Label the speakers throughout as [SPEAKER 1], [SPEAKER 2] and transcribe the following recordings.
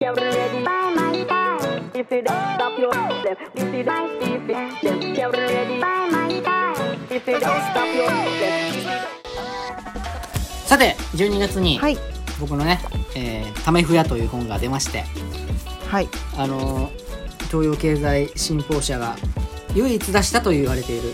[SPEAKER 1] You're ready by my side. If you don't stop your them, if you don't defeat them, you're ready by my side. If you don't stop your them, if you don't
[SPEAKER 2] さて12月に
[SPEAKER 3] はい
[SPEAKER 2] 僕のね「えーためふや」という本が出まして
[SPEAKER 3] はい
[SPEAKER 2] あのー東洋経済新報社が唯一出したと言われている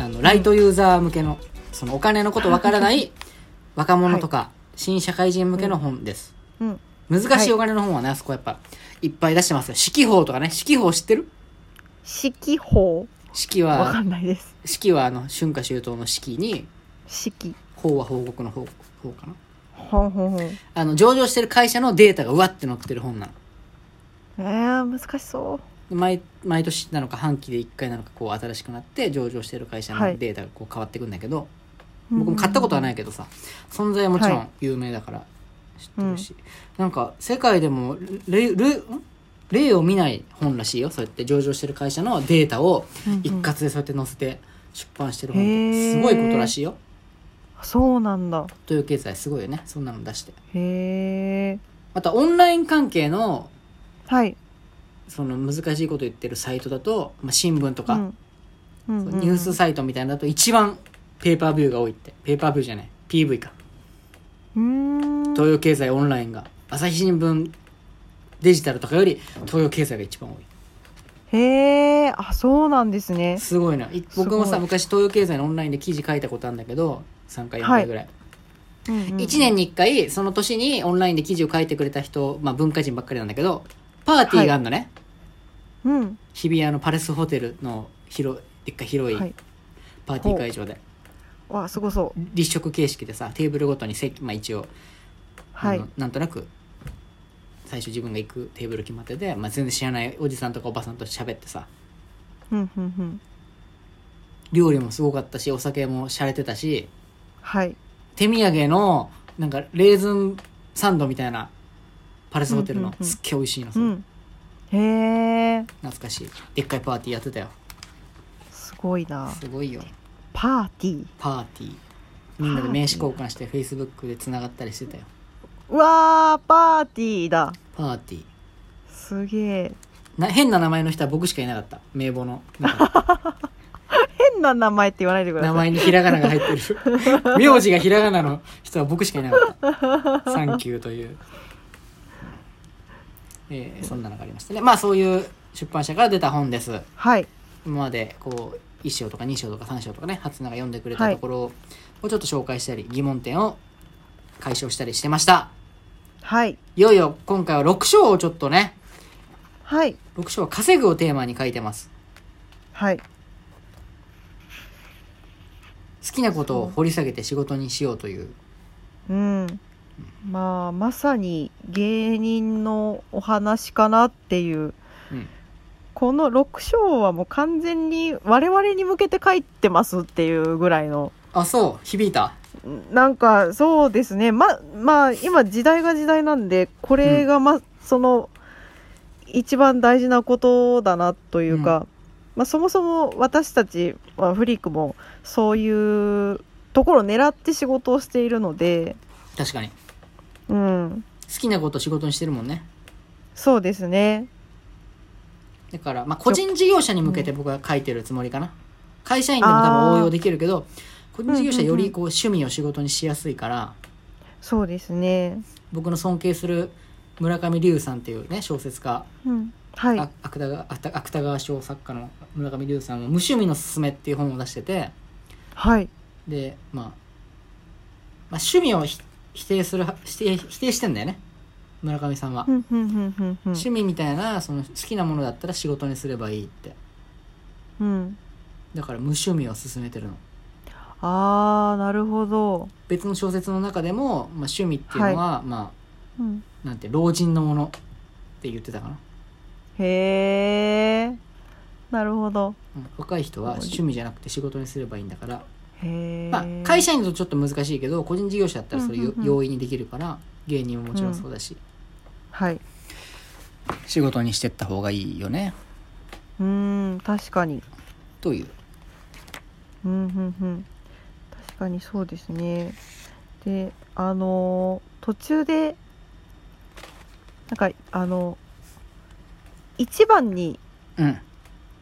[SPEAKER 2] あのライトユーザー向けのそのお金のことわからない 若者とか、新社会人向けの本です、
[SPEAKER 3] うん
[SPEAKER 2] 難しいお金の本はねあそこやっぱいっぱい出してますよ四季法とかね四季法知ってる
[SPEAKER 3] 四季法
[SPEAKER 2] 四季
[SPEAKER 3] わか
[SPEAKER 2] は
[SPEAKER 3] んないです
[SPEAKER 2] 四季はあの春夏秋冬の四季に
[SPEAKER 3] 四季
[SPEAKER 2] 法は報告の方法かな
[SPEAKER 3] ほんほんほんえ
[SPEAKER 2] あの上場してる会社のデータがうわって載ってる本なの
[SPEAKER 3] ー、難しそ
[SPEAKER 2] 毎毎年なのか半期で1回なのかこう新しくなって上場してる会社
[SPEAKER 3] は
[SPEAKER 2] の
[SPEAKER 3] い
[SPEAKER 2] データがこう変わってくんだけど、
[SPEAKER 3] う
[SPEAKER 2] 僕も買ったことはないけどさ存在はもちろ
[SPEAKER 3] は
[SPEAKER 2] ん有名だから知ってるし、なんか世界でも例例ん例を見ない本らしいよそうやって上場してる会社のデータを
[SPEAKER 3] うんうん
[SPEAKER 2] 一括でそうやって載せて出版してる本って
[SPEAKER 3] へー
[SPEAKER 2] すごいことらしいよ
[SPEAKER 3] そうなんだ
[SPEAKER 2] という経済すごいよねそんなの出して
[SPEAKER 3] へえ
[SPEAKER 2] またオンライン関係の
[SPEAKER 3] はい
[SPEAKER 2] その難しいこと言ってるサイトだと、まあ、新聞とか、
[SPEAKER 3] うんうんうんうん
[SPEAKER 2] ニュースサイトみたいなのだと一番ペーパービューが多いって。ペーパービューじゃない。PV か。
[SPEAKER 3] うーん
[SPEAKER 2] 東洋経済オンラインが。朝日新聞デジタルとかより東洋経済が一番多い。
[SPEAKER 3] へえあそうなんですね
[SPEAKER 2] すごいな。い僕も
[SPEAKER 3] すご
[SPEAKER 2] さ、
[SPEAKER 3] い
[SPEAKER 2] 昔東洋経済のオンラインで記事書いたことあるんだけど、3回4回ぐらい。1年に1回、その年にオンラインで記事を書いてくれた人、まあ文化人ばっかりなんだけど、パーティーがあるのね。
[SPEAKER 3] うん
[SPEAKER 2] 日比谷のパレスホテルの広い、でっかい広
[SPEAKER 3] はい
[SPEAKER 2] いパーティー会場で。
[SPEAKER 3] わすごそう
[SPEAKER 2] 立食形式でさ、テーブルごとに席、まあ一応、
[SPEAKER 3] は
[SPEAKER 2] あ
[SPEAKER 3] い
[SPEAKER 2] のなんとなく最初自分が行くテーブル決まってて、まあ、全然知らないおじさんとかおばさんと喋ってさ
[SPEAKER 3] うんうんうん
[SPEAKER 2] 料理もすごかったしお酒も洒落てたし
[SPEAKER 3] はい
[SPEAKER 2] 手土産のなんかレーズンサンドみたいなパレスホテルの
[SPEAKER 3] うんうんうん
[SPEAKER 2] すっげえ美味しいの、
[SPEAKER 3] うんへえ
[SPEAKER 2] 懐かしいでっかいパーティーやってたよ
[SPEAKER 3] すごいな
[SPEAKER 2] すごいよ
[SPEAKER 3] パーティー
[SPEAKER 2] パーティーみんなで名刺交換してフェイスブックでつながったりしてたよ
[SPEAKER 3] うわーパーティーだ
[SPEAKER 2] パーティー
[SPEAKER 3] すげえ
[SPEAKER 2] な変な名前の人は僕しかいなかった名簿の中に
[SPEAKER 3] 変な名前って言わないでくだ
[SPEAKER 2] 名
[SPEAKER 3] さい
[SPEAKER 2] 前にひらがなが入ってる名字がひらがなの人は僕しかいなかったサンキューという、えーそんなのがありましたねまあそういう出版社から出た本です
[SPEAKER 3] はい
[SPEAKER 2] 今までこう1章とか2章とか3章とかね初永が読んでくれたところをちょっと紹介したり疑問点を解消したりしてました
[SPEAKER 3] はい
[SPEAKER 2] いよいよ今回は6章をちょっとね
[SPEAKER 3] はい
[SPEAKER 2] 6章は稼ぐをテーマに書いてます
[SPEAKER 3] はい
[SPEAKER 2] 好きなことを掘り下げて仕事にしようという
[SPEAKER 3] うんまあまさに芸人のお話かなっていう、
[SPEAKER 2] うん
[SPEAKER 3] この6章はもう完全に我々に向けて書いてますっていうぐらいの
[SPEAKER 2] あそう響いた
[SPEAKER 3] なんかそうですねままあ今時代が時代なんでこれがま、その一番大事なことだなというか、まあ、そもそも私たちはフリークもそういうところを狙って仕事をしているので、
[SPEAKER 2] 確かに
[SPEAKER 3] うん、
[SPEAKER 2] 好きなことを仕事にしてるもんね
[SPEAKER 3] そうですね
[SPEAKER 2] だから、まあ、個人事業者に向けて僕は書いてるつもりかな、会社員でも多分応用できるけど個人事業者よりこう趣味を仕事にしやすいから、
[SPEAKER 3] そうですね、
[SPEAKER 2] 僕の尊敬する村上龍さんっていうね小説家、
[SPEAKER 3] うん、はい
[SPEAKER 2] あ芥川芥芥川賞作家の村上龍さんも「無趣味のすすめ」っていう本を出してて
[SPEAKER 3] はい
[SPEAKER 2] で、まあ、まあ趣味をひ否定する否定否定してんだよね村上さんは、
[SPEAKER 3] ふんふんふんふんふん
[SPEAKER 2] 趣味みたいなその好きなものだったら仕事にすればいいって
[SPEAKER 3] うん
[SPEAKER 2] だから無趣味を勧めてるの
[SPEAKER 3] ああなるほど、
[SPEAKER 2] 別の小説の中でも、まあ、趣味っていうのは、ま
[SPEAKER 3] うん、
[SPEAKER 2] あなんて老人のものって言ってたかな、
[SPEAKER 3] へえなるほど
[SPEAKER 2] うん若い人は趣味じゃなくて仕事にすればいいんだから、
[SPEAKER 3] へえ、
[SPEAKER 2] まあ、会社員だとちょっと難しいけど個人事業者だったらそれ
[SPEAKER 3] うんうんうん
[SPEAKER 2] 容易にできるから芸人ももちろんそうだし、
[SPEAKER 3] はい
[SPEAKER 2] 仕事にしてった方がいいよね
[SPEAKER 3] うーん確かに
[SPEAKER 2] という
[SPEAKER 3] うんうんうん確かにそうですねであのー途中でなんかあの一番に
[SPEAKER 2] うん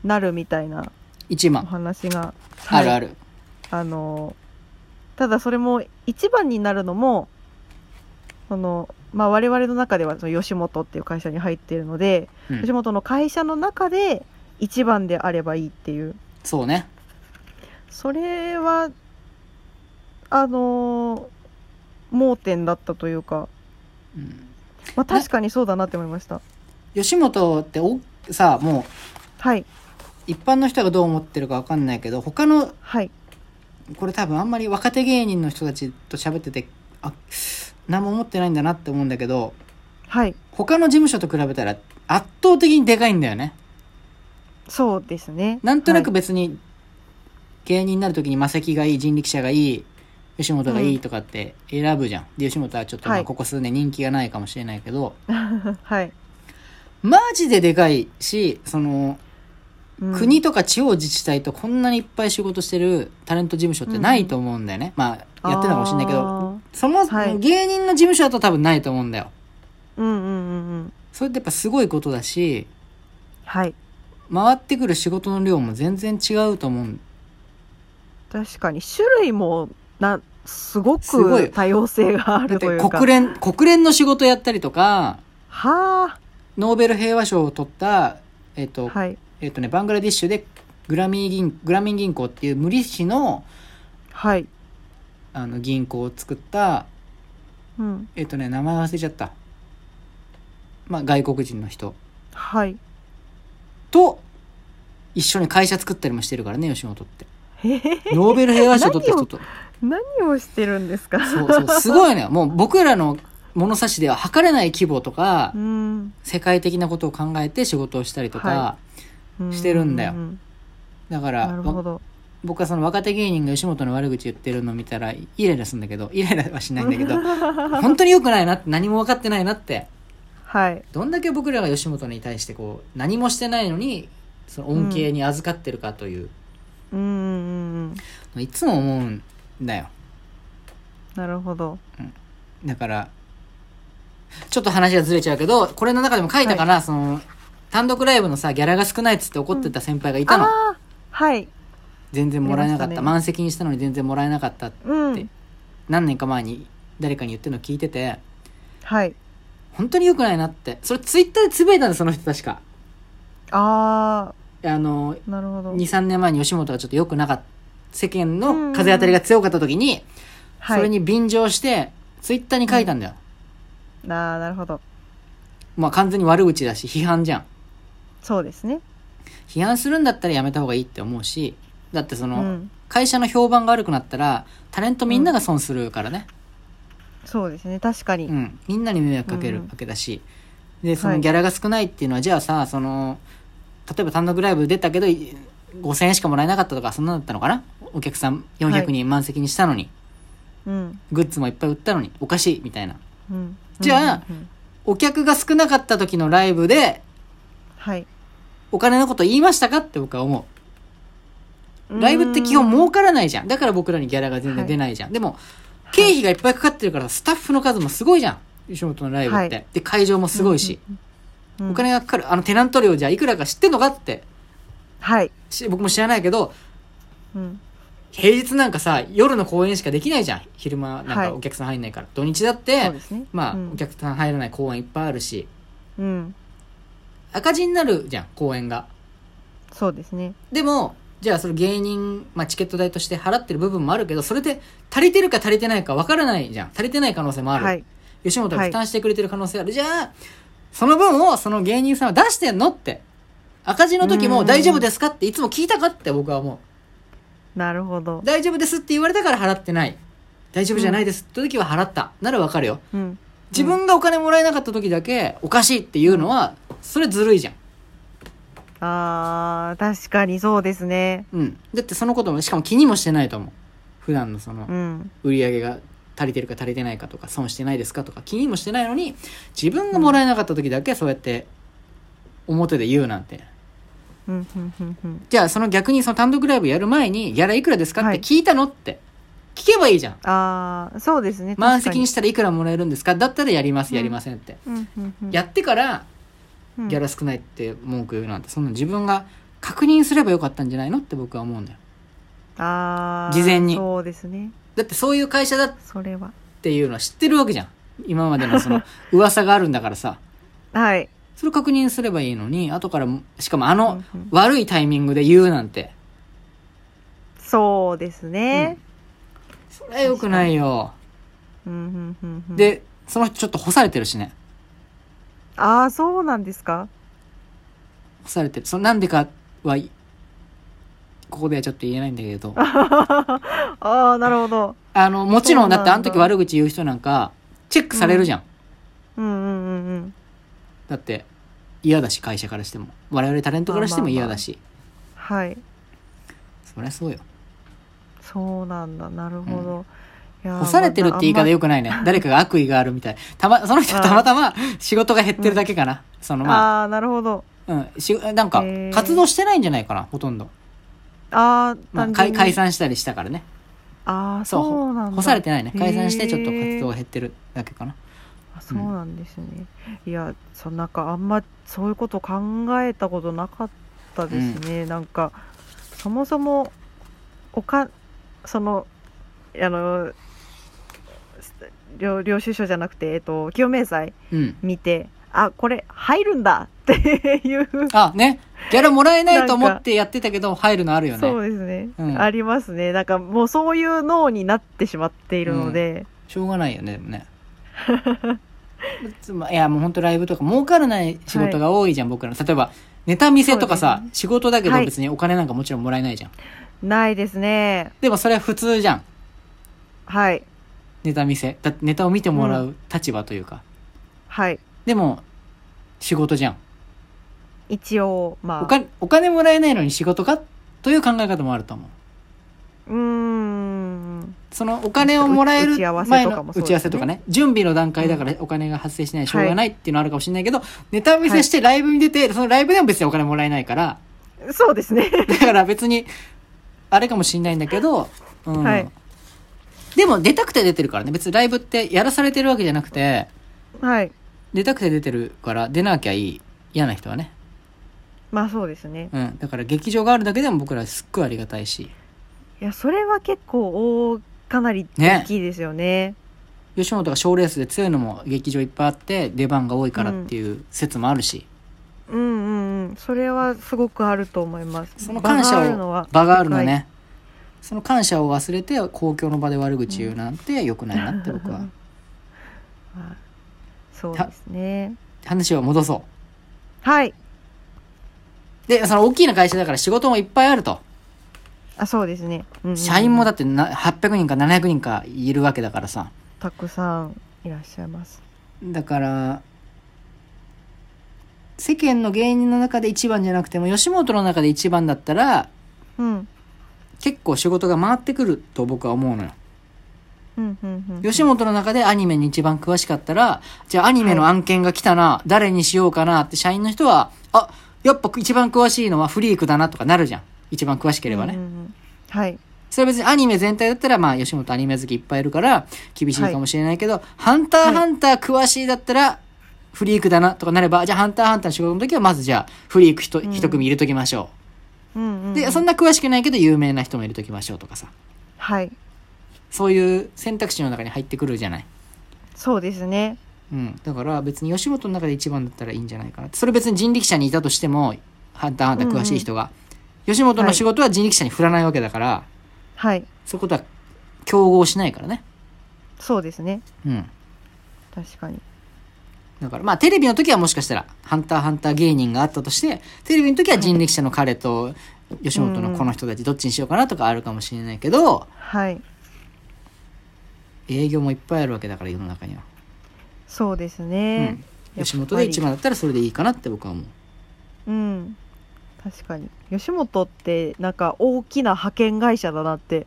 [SPEAKER 3] なるみたいな
[SPEAKER 2] 1
[SPEAKER 3] お
[SPEAKER 2] 万
[SPEAKER 3] 話が、
[SPEAKER 2] あるあ
[SPEAKER 3] る
[SPEAKER 2] る、
[SPEAKER 3] あのただそれも一番になるのもその、まあ、我々の中ではその吉本っていう会社に入っているので、
[SPEAKER 2] うん
[SPEAKER 3] 吉本の会社の中で一番であればいいっていう
[SPEAKER 2] そうね
[SPEAKER 3] それはあの盲点だったというか、
[SPEAKER 2] うん
[SPEAKER 3] まあ、確かにそうだなって思いました。
[SPEAKER 2] 吉本っておさも
[SPEAKER 3] はい、
[SPEAKER 2] う一般の人がどう思ってるかわかんないけど他の
[SPEAKER 3] はい、
[SPEAKER 2] これ多分あんまり若手芸人の人たちと喋っててあ何も思ってないんだなって思うんだけど
[SPEAKER 3] はい、
[SPEAKER 2] 他の事務所と比べたら圧倒的にでかいんだよね
[SPEAKER 3] そうですね。
[SPEAKER 2] なんとなく
[SPEAKER 3] はい
[SPEAKER 2] 別に芸人になる時に魔石がいい人力車がいい吉本がいいとかって選ぶじゃん、で吉本はちょっとま
[SPEAKER 3] は
[SPEAKER 2] あ
[SPEAKER 3] い
[SPEAKER 2] ここ数年人気がないかもしれないけど、
[SPEAKER 3] はい、
[SPEAKER 2] マジででかいしその
[SPEAKER 3] うん
[SPEAKER 2] 国とか地方自治体とこんなにいっぱい仕事してるタレント事務所ってないと思うんだよね、まあやってたかもしれないけど
[SPEAKER 3] あー
[SPEAKER 2] その、
[SPEAKER 3] はい
[SPEAKER 2] 芸人の事務所だと多分ないと思うんだよ
[SPEAKER 3] うんうんうんうん
[SPEAKER 2] それってやっぱすごいことだし
[SPEAKER 3] はい
[SPEAKER 2] 回ってくる仕事の量も全然違うと思うん
[SPEAKER 3] 確かに種類もなすご
[SPEAKER 2] すごい
[SPEAKER 3] く多様性があ
[SPEAKER 2] だっ
[SPEAKER 3] る
[SPEAKER 2] て
[SPEAKER 3] というか
[SPEAKER 2] 国連国連の仕事やったりとか
[SPEAKER 3] は
[SPEAKER 2] ノーベル平和賞を取った、えっ
[SPEAKER 3] あ
[SPEAKER 2] と
[SPEAKER 3] はい
[SPEAKER 2] えっとね、バングラディッシュでグラミー銀グラミン銀行っていう無利子の
[SPEAKER 3] はい
[SPEAKER 2] あの銀行を作った、
[SPEAKER 3] うん
[SPEAKER 2] えっとね、名前忘れちゃった、まあ、外国人の人
[SPEAKER 3] はい
[SPEAKER 2] と一緒に会社作ったりもしてるからね吉本って
[SPEAKER 3] へへ
[SPEAKER 2] ノーベル平和賞取った人と
[SPEAKER 3] 何をしてるんですか
[SPEAKER 2] そうそうすごいのよもう僕らの物差しでは測れない規模とか、
[SPEAKER 3] うん
[SPEAKER 2] 世界的なことを考えて仕事をしたりとか、
[SPEAKER 3] はうん
[SPEAKER 2] してるんだよ
[SPEAKER 3] うう
[SPEAKER 2] だから
[SPEAKER 3] なるほど
[SPEAKER 2] 僕はその若手芸人が吉本の悪口言ってるの見たらイライラするんだけどイライラはしないんだけ ど
[SPEAKER 3] は
[SPEAKER 2] 本当に良くないなって何も分かってないなって
[SPEAKER 3] い
[SPEAKER 2] どんだけ僕らが吉本に対してこう何もしてないのにその恩恵に預かってるかという、
[SPEAKER 3] うんうんうんうん
[SPEAKER 2] いつも思うんだよ
[SPEAKER 3] なるほど
[SPEAKER 2] だからちょっと話がずれちゃうけどこれの中でも書いたかな、その単独ライブのさギャラが少ないっつって怒ってた先輩がいたの、
[SPEAKER 3] ああはい
[SPEAKER 2] 全然もらえなかっ
[SPEAKER 3] ありましたたね
[SPEAKER 2] 満席にしたのに全然もらえなかった
[SPEAKER 3] う
[SPEAKER 2] で
[SPEAKER 3] ん
[SPEAKER 2] 何年か前に誰かに言ってるの聞いてて
[SPEAKER 3] はい
[SPEAKER 2] 本当に良くないなってそれツイッターでつぶやいたんだその人確か
[SPEAKER 3] あ
[SPEAKER 2] あの
[SPEAKER 3] あなるほど
[SPEAKER 2] 23年前に吉本がちょっと良くなかった世間の風当たりが強かった時に、
[SPEAKER 3] はい
[SPEAKER 2] それに便乗してツイッターに書いたんだよ、
[SPEAKER 3] なあなるほど
[SPEAKER 2] まあ完全に悪口だし批判じゃん
[SPEAKER 3] そうですね
[SPEAKER 2] 批判するんだったらやめた方がいいって思うしだってそうの、
[SPEAKER 3] ん
[SPEAKER 2] 会社の評判が悪くなったらタレントみんなが損するからね、
[SPEAKER 3] そうですね確かに
[SPEAKER 2] うんみんなに迷惑かける
[SPEAKER 3] うん
[SPEAKER 2] わけだし、でその
[SPEAKER 3] はい
[SPEAKER 2] ギャラが少ないっていうのはじゃあさその例えば単独ライブ出たけどい5,000円しかもらえなかったとかそんなんだったのかなお客さん400人満席にしたのに、
[SPEAKER 3] うん
[SPEAKER 2] グッズもいっぱい売ったのにおかしいみたいな
[SPEAKER 3] うん
[SPEAKER 2] じゃあ
[SPEAKER 3] うんうんうん
[SPEAKER 2] お客が少なかった時のライブで
[SPEAKER 3] はい
[SPEAKER 2] お金のこと言いましたかって僕は思うライブって基本儲からないじゃんだから僕らにギャラが全然出ないじゃん、でも経費がいっぱいかかってるからスタッフの数もすごいじゃん吉本のライブって、
[SPEAKER 3] は
[SPEAKER 2] で会場もすごいし、
[SPEAKER 3] うんうん
[SPEAKER 2] お金がかかるあのテナント料じゃあいくらか知ってんのかって
[SPEAKER 3] はい、
[SPEAKER 2] し僕も知らないけど
[SPEAKER 3] うん、
[SPEAKER 2] 平日なんかさ夜の公演しかできないじゃん昼間なん
[SPEAKER 3] はい
[SPEAKER 2] かお客さん入んないから、土日だっ
[SPEAKER 3] そう
[SPEAKER 2] て
[SPEAKER 3] ですね
[SPEAKER 2] まあ、
[SPEAKER 3] うん
[SPEAKER 2] お客さん入らない公演いっぱいあるし
[SPEAKER 3] うん
[SPEAKER 2] 赤字になるじゃん公演が
[SPEAKER 3] そうですね
[SPEAKER 2] でもじゃあその芸人、まあ、チケット代として払ってる部分もあるけどそれで足りてるか足りてないか分からないじゃん足りてない可能性もある、
[SPEAKER 3] はい
[SPEAKER 2] 吉本が負担してくれてる可能性ある、じゃあその分をその芸人さんは出してんのって赤字の時も大丈夫ですかっていつも聞いたかって僕は思う
[SPEAKER 3] なるほど
[SPEAKER 2] 大丈夫ですって言われたから払ってない大丈夫じゃないですって時は払ったならわかるよ
[SPEAKER 3] うん
[SPEAKER 2] 自分がお金もらえなかった時だけおかしいっていうのはそれずるいじゃん
[SPEAKER 3] あー確かにそうですね
[SPEAKER 2] うんだってそのこともしかも気にもしてないと思う普段のその
[SPEAKER 3] うん
[SPEAKER 2] 売り上げが足りてるか足りてないかとか損してないですかとか気にもしてないのに自分がもらえなかった時だけそうやって表で言うなんて
[SPEAKER 3] うんうんうんうん
[SPEAKER 2] じゃあその逆にその単独ライブやる前にギャラいくらですかっ
[SPEAKER 3] は
[SPEAKER 2] て
[SPEAKER 3] い
[SPEAKER 2] 聞いたのって聞けばいいじゃん
[SPEAKER 3] ああそうですね
[SPEAKER 2] 満席に
[SPEAKER 3] し
[SPEAKER 2] したらいくらもらえるんですかだったらやりますやりませんって、やってからギャラ少ないって文句言うなんてそんな自分が確認すればよかったんじゃないのって僕は思うんだよ
[SPEAKER 3] あー
[SPEAKER 2] 事前に
[SPEAKER 3] そうですね
[SPEAKER 2] だってそういう会社だっ
[SPEAKER 3] それは
[SPEAKER 2] ていうのは知ってるわけじゃん今までのそ の噂があるんだからさ
[SPEAKER 3] はい
[SPEAKER 2] それ確認すればいいのに後からしかもあの
[SPEAKER 3] うんうん
[SPEAKER 2] 悪いタイミングで言うなんて、
[SPEAKER 3] そうですね、
[SPEAKER 2] それはよくないよ
[SPEAKER 3] うんうんうんうん、
[SPEAKER 2] でその人ちょっと干されてるしね
[SPEAKER 3] ああそうなんですか
[SPEAKER 2] 干されてるそのなんでかはいここではちょっと言えないんだけど
[SPEAKER 3] ああなるほど
[SPEAKER 2] あのもちろん
[SPEAKER 3] そうな
[SPEAKER 2] だっ
[SPEAKER 3] んだ
[SPEAKER 2] てあの時悪口言う人なんかチェックされるじゃん、
[SPEAKER 3] うんうんうんうん
[SPEAKER 2] だって嫌だし会社からしても我々タレントからしても嫌だし、
[SPEAKER 3] はい
[SPEAKER 2] そりゃそうよ
[SPEAKER 3] そうなんだなるほど、いやー
[SPEAKER 2] 干されてるって言い
[SPEAKER 3] まあ
[SPEAKER 2] 方よくないね誰かが悪意があるみたいたまその人
[SPEAKER 3] あー
[SPEAKER 2] たまたま仕事が減ってるだけかな、そのまあ
[SPEAKER 3] あーなるほど
[SPEAKER 2] うんしなんか
[SPEAKER 3] へー
[SPEAKER 2] 活動してないんじゃないかなほとんど、
[SPEAKER 3] あー
[SPEAKER 2] まあ、
[SPEAKER 3] 単
[SPEAKER 2] か
[SPEAKER 3] 純
[SPEAKER 2] い
[SPEAKER 3] に
[SPEAKER 2] 解散したりしたからね
[SPEAKER 3] ああ
[SPEAKER 2] そう
[SPEAKER 3] そうなんだ
[SPEAKER 2] 干されてないね解散してちょっと活動
[SPEAKER 3] へ
[SPEAKER 2] が
[SPEAKER 3] ー
[SPEAKER 2] 減ってるだけかな
[SPEAKER 3] あそうなんですね、いやそなんかあんまそういうこと考えたことなかったですね、なんかそもそもおかそのあの領領収書じゃなくて、えっと、清明祭
[SPEAKER 2] うん
[SPEAKER 3] 見てあこれ入るんだっていう
[SPEAKER 2] あねギャラもらえないと思
[SPEAKER 3] なんか
[SPEAKER 2] ってやってたけど入るのあるよね
[SPEAKER 3] そうですね、
[SPEAKER 2] うん
[SPEAKER 3] ありますねなんかもうそういう脳になってしまっているので、
[SPEAKER 2] しょうがないよねでもね つまいやもう本当ライブとか儲からない仕事が多いじゃん、僕らの例えばネタ見せとか
[SPEAKER 3] そう
[SPEAKER 2] さ、
[SPEAKER 3] ですね
[SPEAKER 2] 仕事だけど
[SPEAKER 3] はい
[SPEAKER 2] 別にお金なんかもちろんもらえないじゃん、
[SPEAKER 3] ないですね
[SPEAKER 2] でもそれは普通じゃん
[SPEAKER 3] はい
[SPEAKER 2] ネタ見せだってネタを見てもらう立場というか、
[SPEAKER 3] はい
[SPEAKER 2] でも仕事じゃん
[SPEAKER 3] 一応まあ
[SPEAKER 2] お金お金もらえないのに仕事かという考え方もあると思う
[SPEAKER 3] うーん
[SPEAKER 2] そのお金をもらえる
[SPEAKER 3] 打ち合わせ
[SPEAKER 2] 前
[SPEAKER 3] とか
[SPEAKER 2] の
[SPEAKER 3] もそうですね
[SPEAKER 2] 打ち合わせとかね準備の段階だからお金が発生しないしょうがないっていうのあるかもしれないけど、ネタ見せしてライブに出て、そのライブでも別にお金もらえないから
[SPEAKER 3] そうですね
[SPEAKER 2] だから別にあれかもしれないんだけど、うん
[SPEAKER 3] はい
[SPEAKER 2] でも出たくて出てるからね別にライブってやらされてるわけじゃなくて
[SPEAKER 3] はい
[SPEAKER 2] 出たくて出てるから出なきゃいい嫌な人はね、
[SPEAKER 3] まあそうですね
[SPEAKER 2] うん、だから劇場があるだけでも僕らすっごいありがたいし
[SPEAKER 3] いやそれは結構大かなり大きいですよね
[SPEAKER 2] 吉本が賞ーレースで強いのも劇場いっぱいあって出番が多いからっていう説もあるし、
[SPEAKER 3] うんうんうんそれはすごくあると思います
[SPEAKER 2] その感謝
[SPEAKER 3] 場があるの
[SPEAKER 2] を
[SPEAKER 3] は
[SPEAKER 2] 場があるのねその感謝を忘れて公共の場で悪口言うなんて良くないなって僕は
[SPEAKER 3] はいそうですね
[SPEAKER 2] 話を戻そう
[SPEAKER 3] はい
[SPEAKER 2] で、その大きな会社だから仕事もいっぱいあると。
[SPEAKER 3] あそうですね、うんうんうん
[SPEAKER 2] 社員もだってな800人か700人かいるわけだからさ。
[SPEAKER 3] たくさんいらっしゃいます
[SPEAKER 2] だから、世間の芸人の中で一番じゃなくても、吉本の中で一番だったら、
[SPEAKER 3] うん
[SPEAKER 2] 結構仕事が回ってくると僕は思うのよ。
[SPEAKER 3] うんうんうん
[SPEAKER 2] 吉本の中でアニメに一番詳しかったら、じゃあアニメの案件が来たな、誰にしようかなって社員の人は、あ、やっぱ一番詳しいのはフリークだなとかなるじゃん。一番詳しければね。
[SPEAKER 3] うんうんうんはい
[SPEAKER 2] それは別にアニメ全体だったら、まあ、吉本アニメ好きいっぱいいるから、厳しいかもしれないけど、ハンターハンター詳しいだったら、フリークだなとかなれば、じゃあハンターハンターの仕事の時は、まずじゃあ、フリーク一、
[SPEAKER 3] うん
[SPEAKER 2] 一組入れときましょ
[SPEAKER 3] うんうんう
[SPEAKER 2] う。
[SPEAKER 3] ん
[SPEAKER 2] で、そんな詳しくないけど、有名な人も入れときましょうとかさ。
[SPEAKER 3] はい
[SPEAKER 2] そういう選択肢の中に入ってくるじゃない。
[SPEAKER 3] そうですね
[SPEAKER 2] うん。だから、別に吉本の中で一番だったらいいんじゃないかなって。それ別に人力車にいたとしても、ハンターハンター詳しい人が。吉本の仕事は人力車に振らないわけだから、
[SPEAKER 3] はい
[SPEAKER 2] そういうことは競合しないからね。
[SPEAKER 3] そうですね
[SPEAKER 2] うん。
[SPEAKER 3] 確かに
[SPEAKER 2] だからまあテレビの時はもしかしたら「ハンターハンター」芸人があったとしてテレビの時は人力車の彼と吉本のこの人たちどっちにしようかなとかあるかもしれないけど
[SPEAKER 3] はい
[SPEAKER 2] 営業もいっぱいあるわけだから世の中には、
[SPEAKER 3] そうです
[SPEAKER 2] う
[SPEAKER 3] ね
[SPEAKER 2] ん、、吉本で一番だったらそれでいいかなって僕は思う
[SPEAKER 3] うん確かに吉本ってなんか大きな派遣会社だなって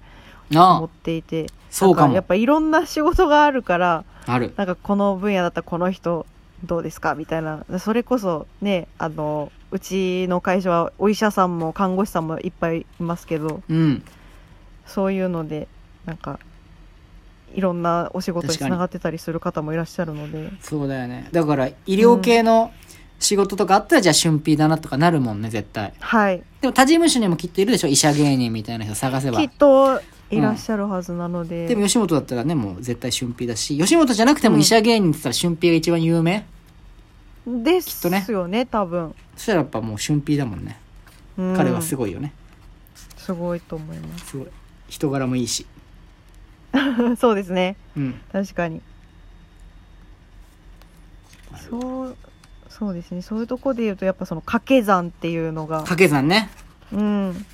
[SPEAKER 2] あ
[SPEAKER 3] 思
[SPEAKER 2] あ
[SPEAKER 3] っていて
[SPEAKER 2] そうか
[SPEAKER 3] なんや
[SPEAKER 2] も
[SPEAKER 3] っぱいろんな仕事があるから
[SPEAKER 2] ある
[SPEAKER 3] なんかこの分野だったらこの人どうですかみたいなそれこそねあのうちの会社はお医者さんも看護師さんもいっぱいいますけど
[SPEAKER 2] うん
[SPEAKER 3] そういうのでなんかいろんなお仕事に
[SPEAKER 2] 確か
[SPEAKER 3] つ
[SPEAKER 2] に
[SPEAKER 3] ながってたりする方もいらっしゃるので
[SPEAKER 2] そうだよねだから医療系の仕事とかあったらじゃあ俊平だなとかなるもんね絶対
[SPEAKER 3] はい
[SPEAKER 2] でも他事務所にもきっといるでしょ医者芸人みたいな人探せば
[SPEAKER 3] きっといらっしゃるはずなので、
[SPEAKER 2] でも吉本だったらねもう絶対俊平だし吉本じゃなくても医者芸人って言ったら俊平が一番有名、
[SPEAKER 3] です
[SPEAKER 2] とね
[SPEAKER 3] よね多分、
[SPEAKER 2] そしたらやっぱもう俊平だもんね
[SPEAKER 3] うん
[SPEAKER 2] 彼はすごいよね
[SPEAKER 3] すごいと思います
[SPEAKER 2] すごい人柄もいいし
[SPEAKER 3] そうです ね
[SPEAKER 2] うん
[SPEAKER 3] 確かにそうそうですねそういうとこで言うとやっぱその掛け算っていうのが、
[SPEAKER 2] 掛け算ね
[SPEAKER 3] うん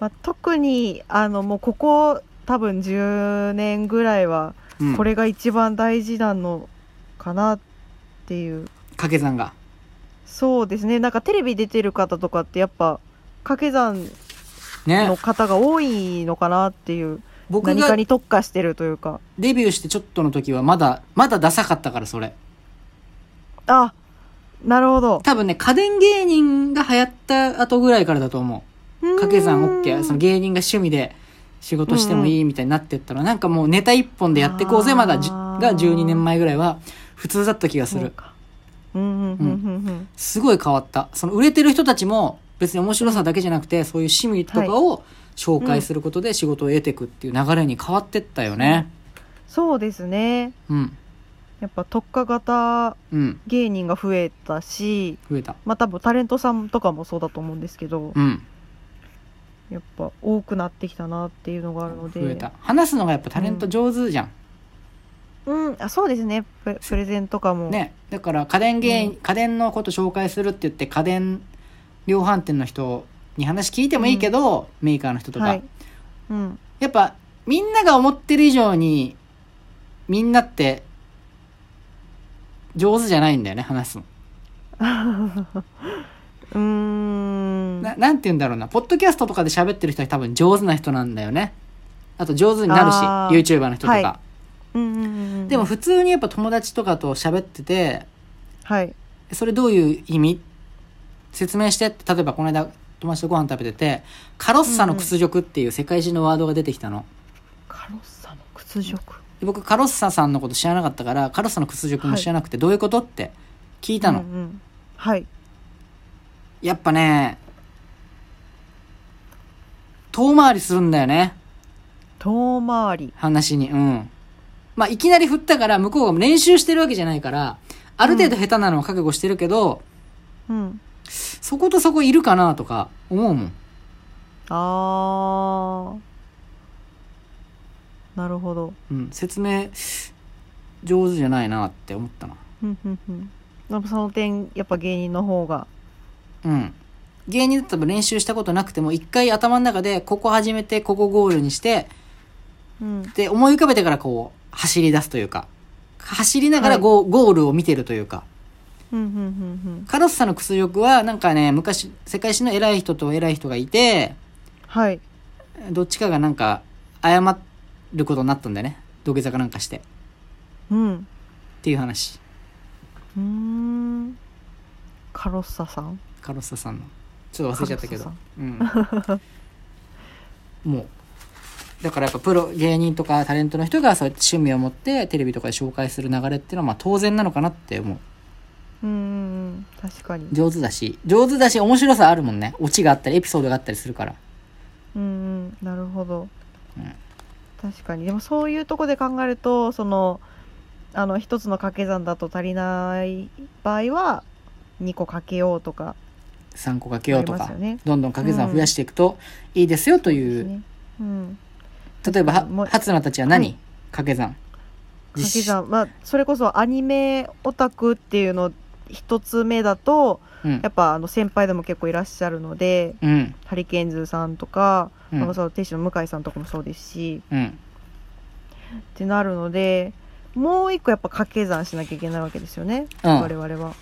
[SPEAKER 3] まあ、特にあのもうここ多分10年ぐらいは
[SPEAKER 2] うん
[SPEAKER 3] これが一番大事なのかなっていう、
[SPEAKER 2] 掛け算が
[SPEAKER 3] そうですねなんかテレビ出てる方とかってやっぱ掛け算
[SPEAKER 2] ね
[SPEAKER 3] の方が多いのかなっていう
[SPEAKER 2] 僕
[SPEAKER 3] 何
[SPEAKER 2] が
[SPEAKER 3] かに特化してるというか
[SPEAKER 2] デビューしてちょっとの時はまだまだダサかったからそれ
[SPEAKER 3] あなるほど
[SPEAKER 2] 多分ね家電芸人が流行った後ぐらいからだと思う掛け算 OK その芸人が趣味で仕事してもいいみたいになってったら、なんかもうネタ一本でやってこうぜまだじゅ
[SPEAKER 3] あー
[SPEAKER 2] が12年前ぐらいは普通だった気がす
[SPEAKER 3] そう
[SPEAKER 2] る
[SPEAKER 3] かうんうんうんうんうん
[SPEAKER 2] すごい変わったその売れてる人たちも別に面白さだけじゃなくてそういう趣味とかを紹介することで仕事を得ていくっていう流れに変わってったよね
[SPEAKER 3] そうですね
[SPEAKER 2] うん
[SPEAKER 3] やっぱ特化型
[SPEAKER 2] うん
[SPEAKER 3] 芸人が増えたし
[SPEAKER 2] 増えた
[SPEAKER 3] まあ多分タレントさんとかもそうだと思うんですけど
[SPEAKER 2] うん
[SPEAKER 3] やっぱ多くなってきたなっていうのがあるので
[SPEAKER 2] 増えた話すのがやっぱタレント上手じゃん、
[SPEAKER 3] うんあそうですねププレゼンとかも、
[SPEAKER 2] ねだから家電芸、
[SPEAKER 3] うん
[SPEAKER 2] 家電のこと紹介するって言って家電量販店の人に話聞いてもいいけど、メーカーの人とか、
[SPEAKER 3] はいうん、
[SPEAKER 2] やっぱみんなが思ってる以上にみんなって上手じゃないんだよね話すの、
[SPEAKER 3] うーん
[SPEAKER 2] ななんて言うんだろうなポッドキャストとかで喋ってる人は多分上手な人なんだよねあと上手になるし
[SPEAKER 3] あー
[SPEAKER 2] YouTuber の人とか、
[SPEAKER 3] はうんうんうんうん
[SPEAKER 2] でも普通にやっぱ友達とかと喋ってて
[SPEAKER 3] はい
[SPEAKER 2] それどういう意味説明してって例えばこの間友達とご飯食べててカロッサの屈辱っていう世界中のワードが出てきたの、
[SPEAKER 3] カロッサの屈辱
[SPEAKER 2] で僕カロッサさんのこと知らなかったからカロッサの屈辱も知らなくて、どういうことって聞いたの、
[SPEAKER 3] うんうん、はい
[SPEAKER 2] やっぱね遠回りするんだよね
[SPEAKER 3] 遠回り
[SPEAKER 2] 話にうんまあいきなり振ったから向こうが練習してるわけじゃないからある程度下手なのは覚悟してるけど、
[SPEAKER 3] うん
[SPEAKER 2] そことそこいるかなとか思うもん
[SPEAKER 3] あーなるほど
[SPEAKER 2] うん、説明上手じゃないなって思ったな
[SPEAKER 3] うんうんうんでもその点やっぱ芸人の方が
[SPEAKER 2] うん芸人だったら練習したことなくても一回頭の中でここ始めてここゴールにして
[SPEAKER 3] うん
[SPEAKER 2] で思い浮かべてからこう走り出すというか走りながらゴ,、ゴールを見てるというか
[SPEAKER 3] うんうんうんうん
[SPEAKER 2] カロッサの屈辱はなんかね昔世界史の偉い人と偉い人がいて
[SPEAKER 3] はい
[SPEAKER 2] どっちかがなんか謝ることになったんだよね土下座かなんかしてっ
[SPEAKER 3] うんう
[SPEAKER 2] ていう話
[SPEAKER 3] ーんカロッサさん
[SPEAKER 2] カロッサさんのちょっと忘れちゃったけ
[SPEAKER 3] カ
[SPEAKER 2] ど
[SPEAKER 3] ロッサ
[SPEAKER 2] うん、もうだからやっぱプロ芸人とかタレントの人がそうやって趣味を持ってテレビとかで紹介する流れっていうのはまあ当然なのかなって思う
[SPEAKER 3] うんうんうん確かに
[SPEAKER 2] 上手だし上手だし面白さあるもんねオチがあったりエピソードがあったりするから
[SPEAKER 3] うんうんなるほど、
[SPEAKER 2] うん
[SPEAKER 3] 確かにでもそういうとこで考えるとそのあの一つの掛け算だと足りない場合は2個掛けようとか
[SPEAKER 2] 3個かけようと
[SPEAKER 3] ありま
[SPEAKER 2] か、
[SPEAKER 3] すよね
[SPEAKER 2] どんどん掛け算を増やしていくといいですよとい
[SPEAKER 3] で
[SPEAKER 2] う、
[SPEAKER 3] すね、うん、
[SPEAKER 2] 例えば
[SPEAKER 3] も
[SPEAKER 2] は
[SPEAKER 3] う
[SPEAKER 2] 初菜たちは何、
[SPEAKER 3] はい
[SPEAKER 2] 掛け算
[SPEAKER 3] 掛け
[SPEAKER 2] 算
[SPEAKER 3] 算まあそれこそアニメオタクっていうの一つ目だと
[SPEAKER 2] うん
[SPEAKER 3] やっぱあの先輩でも結構いらっしゃるので
[SPEAKER 2] うん
[SPEAKER 3] ハリケーンズさんとか、
[SPEAKER 2] う
[SPEAKER 3] まあ
[SPEAKER 2] ん
[SPEAKER 3] その亭主の向井さんとかもそうですし
[SPEAKER 2] うん
[SPEAKER 3] ってなるのでもう一個やっぱ掛け算しなきゃいけないわけですよね、
[SPEAKER 2] うん
[SPEAKER 3] 我々は。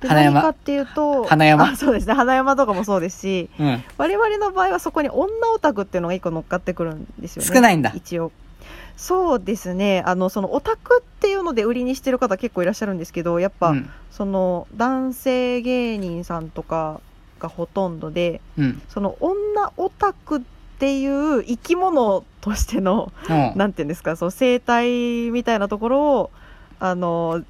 [SPEAKER 3] で
[SPEAKER 2] 花山
[SPEAKER 3] 何かっていうと
[SPEAKER 2] 花山
[SPEAKER 3] あそうですね花山とかもそうですし
[SPEAKER 2] うん
[SPEAKER 3] 我々の場合はそこに女オタクっていうのが一個乗っかってくるんですよね
[SPEAKER 2] 少ないんだ
[SPEAKER 3] 一応そうですねあのそのオタクっていうので売りにしてる方結構いらっしゃるんですけどやっぱ、
[SPEAKER 2] うん
[SPEAKER 3] その男性芸人さんとかがほとんどで
[SPEAKER 2] うん
[SPEAKER 3] その女オタクっていう生き物としての
[SPEAKER 2] うん
[SPEAKER 3] なんていうんですかそう生態みたいなところをあの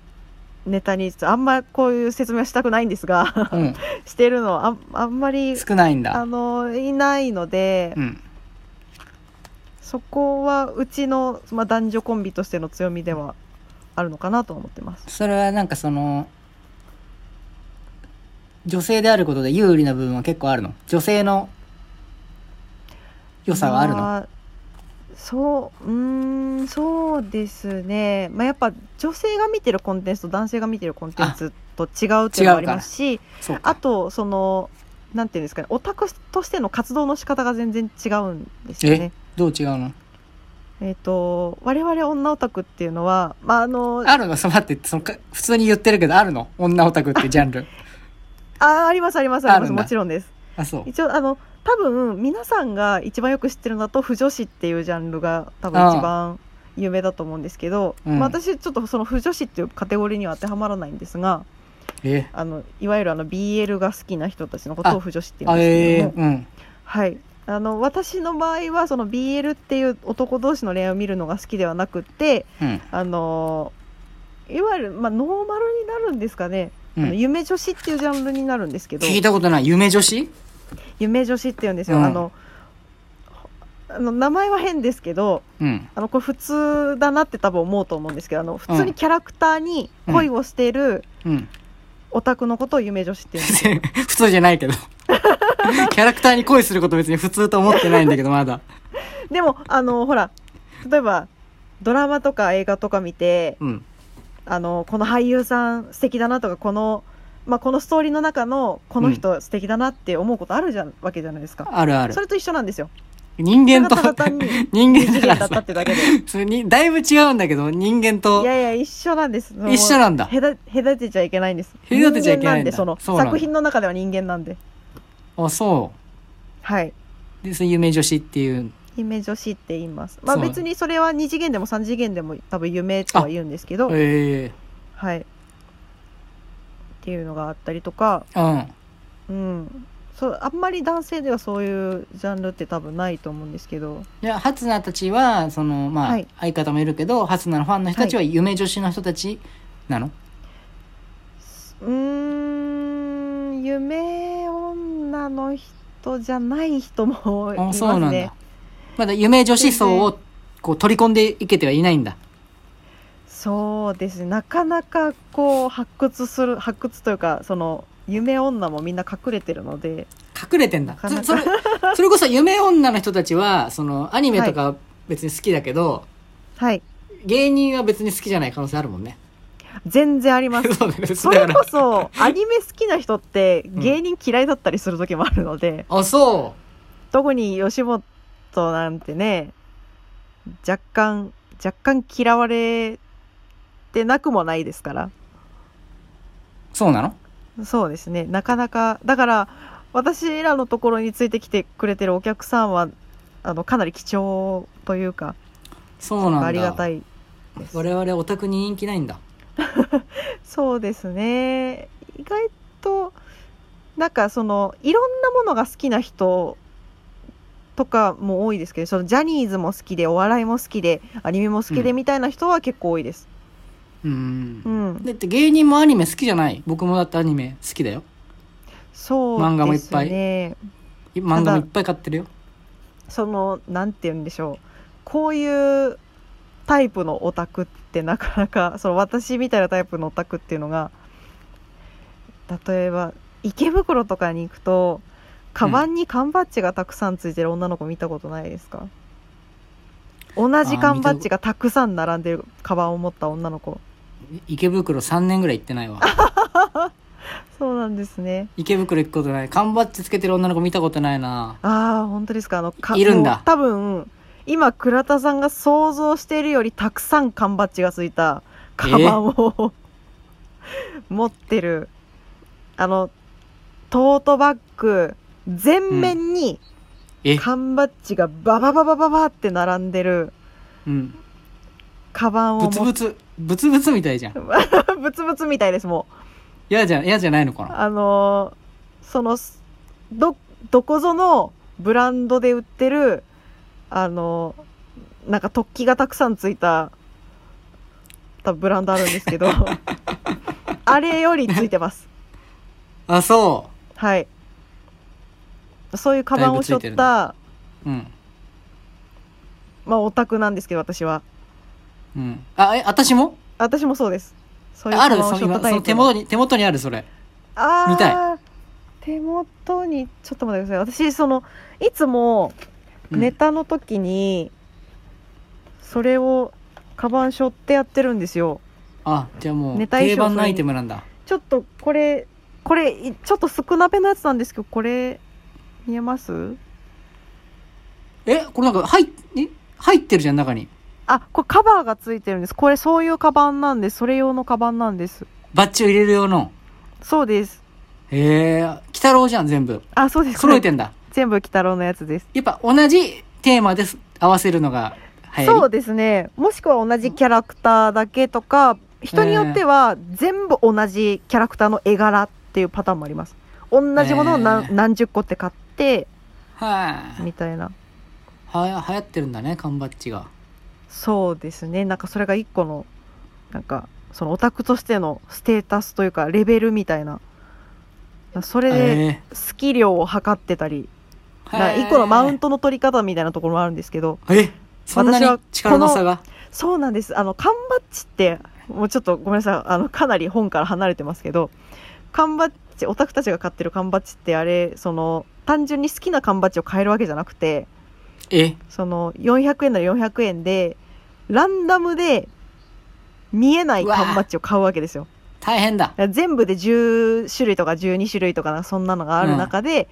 [SPEAKER 3] ネタにあんまこういう説明はしたくないんですが
[SPEAKER 2] うん、
[SPEAKER 3] してるのはあんあんまり
[SPEAKER 2] 少ないんだ
[SPEAKER 3] あのいないので、
[SPEAKER 2] うん
[SPEAKER 3] そこはうちの、まあ、男女コンビとしての強みではあるのかなと思ってます。
[SPEAKER 2] それはなんかその女性であることで有利な部分は結構あるの女性の良さはあるの、
[SPEAKER 3] まあそううーんそうですね、まあ、やっぱ女性が見てるコンテンツと男性が見てるコンテンツと違うっていうのもありますし
[SPEAKER 2] そうか
[SPEAKER 3] あとそのなんていうんですかねオタクとしての活動の仕方が全然違うんですよね。
[SPEAKER 2] どう違うの
[SPEAKER 3] えっ、と我々女オタクっていうのは、まあ、あのあ
[SPEAKER 2] あるの そう待ってそのか普通に言ってるけどあるの女オタクってジャンル
[SPEAKER 3] ありますありますあ
[SPEAKER 2] あ
[SPEAKER 3] りま
[SPEAKER 2] る
[SPEAKER 3] す
[SPEAKER 2] んだ
[SPEAKER 3] もちろんです。
[SPEAKER 2] あそう
[SPEAKER 3] 一応あの多分皆さんが一番よく知ってるのだと不女子っていうジャンルが多分
[SPEAKER 2] ああ
[SPEAKER 3] 一番有名だと思うんですけど
[SPEAKER 2] うん
[SPEAKER 3] まあ、私ちょっとその不女子っていうカテゴリーには当てはまらないんですが
[SPEAKER 2] え
[SPEAKER 3] あのいわゆるあの BL が好きな人たちのこと
[SPEAKER 2] あ
[SPEAKER 3] を不女子って言う
[SPEAKER 2] あ
[SPEAKER 3] んですけ
[SPEAKER 2] え
[SPEAKER 3] ども
[SPEAKER 2] ー、。うん
[SPEAKER 3] はい、あの私の場合はその BL っていう男同士の恋愛を見るのが好きではなくて
[SPEAKER 2] うん
[SPEAKER 3] あのいわゆる、まあ、ノーマルになるんですかね、
[SPEAKER 2] う
[SPEAKER 3] あの
[SPEAKER 2] ん
[SPEAKER 3] 夢女子っていうジャンルになるんですけど
[SPEAKER 2] 聞いたことない夢女子
[SPEAKER 3] 夢女子っていうんですよ、
[SPEAKER 2] うん
[SPEAKER 3] あのあの名前は変ですけど
[SPEAKER 2] うん
[SPEAKER 3] あのこれ普通だなって多分思うと思うんですけどあの普通
[SPEAKER 2] うん
[SPEAKER 3] にキャラクターに恋をしている
[SPEAKER 2] うん
[SPEAKER 3] オタクのことを夢女子っていうんです、
[SPEAKER 2] 普通じゃない けどキャラクターに恋すること別に普通と思ってないんだけどまだ
[SPEAKER 3] でもあのほら例えばドラマとか映画とか見て
[SPEAKER 2] うん
[SPEAKER 3] あのこの俳優さん素敵だなとかこの,、まあ、このストーリーの中のこの人素敵だなって思うことあるじゃん、わけじゃないですか
[SPEAKER 2] あるある
[SPEAKER 3] それと一緒なんですよ
[SPEAKER 2] 人間と
[SPEAKER 3] ただ単に
[SPEAKER 2] 人
[SPEAKER 3] 二
[SPEAKER 2] 間
[SPEAKER 3] 次
[SPEAKER 2] だ
[SPEAKER 3] 元
[SPEAKER 2] から
[SPEAKER 3] だったっ
[SPEAKER 2] さ
[SPEAKER 3] てだけで
[SPEAKER 2] それにだいぶ違うんだけど人間と
[SPEAKER 3] いやいや一緒なんです
[SPEAKER 2] 一緒なんだ
[SPEAKER 3] 隔隔てちゃいけないんです
[SPEAKER 2] 隔てちゃいけないんだ
[SPEAKER 3] 人間なんでその
[SPEAKER 2] そうなんだ
[SPEAKER 3] 作品の中では人間なんで
[SPEAKER 2] あそ
[SPEAKER 3] はい
[SPEAKER 2] うでそれ夢女子っていう
[SPEAKER 3] 夢女子って言いますまあ
[SPEAKER 2] そう
[SPEAKER 3] 別にそれは二次元でも三次元でも多分夢とは言うんですけど
[SPEAKER 2] ええ
[SPEAKER 3] はいっていうのがあったりとか
[SPEAKER 2] うん
[SPEAKER 3] うん、そうあんまり男性ではそういうジャンルって多分ないと思うんですけど
[SPEAKER 2] いやハツナたちはそのまあ、
[SPEAKER 3] はい
[SPEAKER 2] 相方もいるけどハツナのファンの人たちは夢女子の人たちなの、
[SPEAKER 3] うーん夢女の人じゃない人もい
[SPEAKER 2] あ
[SPEAKER 3] ます
[SPEAKER 2] そうなんだ、
[SPEAKER 3] ね
[SPEAKER 2] まだ夢女子層をこう取り込んでいけてはいないんだ
[SPEAKER 3] そうですねなかなかこう発掘する発掘というかその夢女もみんな隠れてるので
[SPEAKER 2] 隠れてんだ
[SPEAKER 3] かなか
[SPEAKER 2] そそ れそれこそ夢女の人たちはそのアニメとか別に好きだけど、
[SPEAKER 3] はい
[SPEAKER 2] 芸人は別に好きじゃない可能性あるもんね
[SPEAKER 3] 全然ありま す
[SPEAKER 2] そうだよね
[SPEAKER 3] そ
[SPEAKER 2] だ
[SPEAKER 3] れ
[SPEAKER 2] から
[SPEAKER 3] こそアニメ好きな人って芸人嫌いだったりする時もあるので、
[SPEAKER 2] あそ
[SPEAKER 3] 特に吉本なんてね若干若干嫌われてなくもないですから
[SPEAKER 2] うそうなの
[SPEAKER 3] そうですねなかなかだから私らのところについてきてくれてるお客さんはあのかなり貴重というか
[SPEAKER 2] そうなんだ
[SPEAKER 3] ありがたいです
[SPEAKER 2] 我々オタクに人気ないんだ
[SPEAKER 3] そうですね意外となんかそのいろんなものが好きな人とかも多いですけどそのジャニーズも好きでお笑いも好きでアニメも好き
[SPEAKER 2] う
[SPEAKER 3] で
[SPEAKER 2] ん
[SPEAKER 3] みたいな人は結構多いです。
[SPEAKER 2] うん
[SPEAKER 3] うん
[SPEAKER 2] だって芸人もアニメ好きじゃない僕もだってアニメ好きだよ
[SPEAKER 3] そう
[SPEAKER 2] 漫画もいっ
[SPEAKER 3] です
[SPEAKER 2] ぱい
[SPEAKER 3] ね。
[SPEAKER 2] 漫画もいっぱい買ってるよ
[SPEAKER 3] そのなんて言うんでしょうこういうタイプのオタクってなかなかその私みたいなタイプのオタクっていうのが例えば池袋とかに行くとカバンに缶バッジがたくさんついてる女の子見たことないですか、同じ缶バッジがたくさん並んでるカバンを持った女の子
[SPEAKER 2] 池袋3年ぐらい行ってない わ
[SPEAKER 3] そうなんですね
[SPEAKER 2] 池袋行くことない缶バッジつけてる女の子見たことないな
[SPEAKER 3] ああ本当ですかあのか
[SPEAKER 2] いるんだ
[SPEAKER 3] もう多分今倉田さんが想像しているよりたくさん缶バッジがついたカバンを 持ってるあのトートバッグ全面に
[SPEAKER 2] え
[SPEAKER 3] 缶バッジがババババババって並んでる
[SPEAKER 2] うん
[SPEAKER 3] カバンを
[SPEAKER 2] ブツ
[SPEAKER 3] 持
[SPEAKER 2] ブ
[SPEAKER 3] っ
[SPEAKER 2] ツブツブツみたいじゃん
[SPEAKER 3] ブツブツみたいですもう
[SPEAKER 2] 嫌じゃ嫌じゃないのかな
[SPEAKER 3] あのーそのどどこぞのブランドで売ってるあのなんか突起がたくさんついた多分ブランドあるんですけ どあれよりついてます
[SPEAKER 2] あ、そ
[SPEAKER 3] はいそういうカバンを背
[SPEAKER 2] だいぶつい
[SPEAKER 3] 負
[SPEAKER 2] て
[SPEAKER 3] っ
[SPEAKER 2] る
[SPEAKER 3] た、
[SPEAKER 2] う。うん。
[SPEAKER 3] まあオタクなんですけど私は
[SPEAKER 2] うん。あ、え、私も
[SPEAKER 3] 私もそうですそういう
[SPEAKER 2] あ
[SPEAKER 3] カ
[SPEAKER 2] る
[SPEAKER 3] バンを
[SPEAKER 2] そ
[SPEAKER 3] 背負
[SPEAKER 2] の
[SPEAKER 3] っ
[SPEAKER 2] 今、
[SPEAKER 3] たタ
[SPEAKER 2] その
[SPEAKER 3] イプ
[SPEAKER 2] 手元に、手元にある、それ。
[SPEAKER 3] あー
[SPEAKER 2] 見た
[SPEAKER 3] 手元にちょっと待ってください私そのいつも
[SPEAKER 2] うん
[SPEAKER 3] ネタの時にそれをカバン背負ってやってるんですよ
[SPEAKER 2] あ、じゃあもう、
[SPEAKER 3] ネタ衣
[SPEAKER 2] 定
[SPEAKER 3] 装
[SPEAKER 2] 番のアイテムなんだ。
[SPEAKER 3] ちょっとこれこれいちょっと少なめのやつなんですけどこれ見えます
[SPEAKER 2] え、これなんか、入っ、え入ってるじゃん、中に。
[SPEAKER 3] あこれカバーがついてるんですこれそういうカバンなんですそれ用のカバンなんです
[SPEAKER 2] バッジを入れる用の。
[SPEAKER 3] そうです
[SPEAKER 2] へえ、鬼太郎じゃん、全部。
[SPEAKER 3] あそうです
[SPEAKER 2] 揃えてんだ。
[SPEAKER 3] 全部鬼太郎のやつです
[SPEAKER 2] やっぱ同じテーマです。合わせるのが流行り。
[SPEAKER 3] そうですねもしくは同じキャラクターだけとか人によっては全部同じキャラクターの絵柄っていうパターンもあります同じものを何,、
[SPEAKER 2] えー
[SPEAKER 3] 何十個って買って
[SPEAKER 2] はい、
[SPEAKER 3] みたいな
[SPEAKER 2] は流行ってるんだね、缶バッジが。
[SPEAKER 3] そうですねなんかそれが一個のなんかそのオタクとしてのステータスというかレベルみたいなそれで
[SPEAKER 2] え
[SPEAKER 3] 好き量を測ってたり、
[SPEAKER 2] ー
[SPEAKER 3] なんか一個のマウントの取り方みたいなところもあるんですけど
[SPEAKER 2] えそんなに力の差が
[SPEAKER 3] そうなんです。あの、缶バッジって、もうちょっとごめんなさい。あの、かなり本から離れてますけど、缶バッジ、オタクたちが買ってる缶バッジってあれ、その、単純に好きな缶バッジを買えるわけじゃなくて、
[SPEAKER 2] え
[SPEAKER 3] その、400円なら400円で、ランダムで、見えない缶バッジを買うわけですよ。
[SPEAKER 2] 大変だ
[SPEAKER 3] だから全部で10種類とか12種類とかなんかそんなのがある中で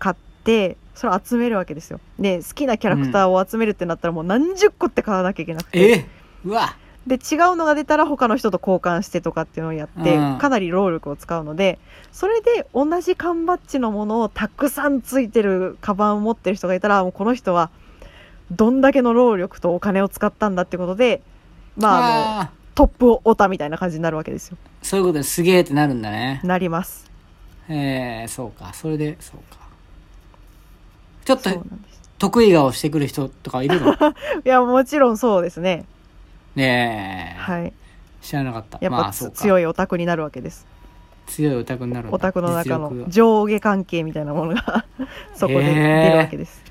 [SPEAKER 3] 買って、それを集めるわけですよ。で、好きなキャラクターを集めるってなったらもう何十個って買わなきゃいけなくて。
[SPEAKER 2] えうわ
[SPEAKER 3] で違うのが出たら他の人と交換してとかっていうのをやって、
[SPEAKER 2] うん
[SPEAKER 3] かなり労力を使うのでそれで同じ缶バッジのものをたくさんついてるカバンを持ってる人がいたらもうこの人はどんだけの労力とお金を使ったんだってことでまああの
[SPEAKER 2] あー
[SPEAKER 3] トップをオタみたいな感じになるわけですよ
[SPEAKER 2] そういうことですげえってなるんだね
[SPEAKER 3] なります
[SPEAKER 2] えー、そうかそれでそうかちょっ
[SPEAKER 3] そ
[SPEAKER 2] と
[SPEAKER 3] うなんです
[SPEAKER 2] 得意顔してくる人とかいるの
[SPEAKER 3] いやもちろんそうですね
[SPEAKER 2] ねえ、
[SPEAKER 3] はい
[SPEAKER 2] 知らなかった
[SPEAKER 3] やっぱ、
[SPEAKER 2] まあそうか
[SPEAKER 3] 強
[SPEAKER 2] い
[SPEAKER 3] いオタクになるわけです
[SPEAKER 2] 強いオタクになるんだ
[SPEAKER 3] オタクの
[SPEAKER 2] 実
[SPEAKER 3] 中
[SPEAKER 2] 力
[SPEAKER 3] の
[SPEAKER 2] が
[SPEAKER 3] 上下関係みたいなものが そこで出るわけです、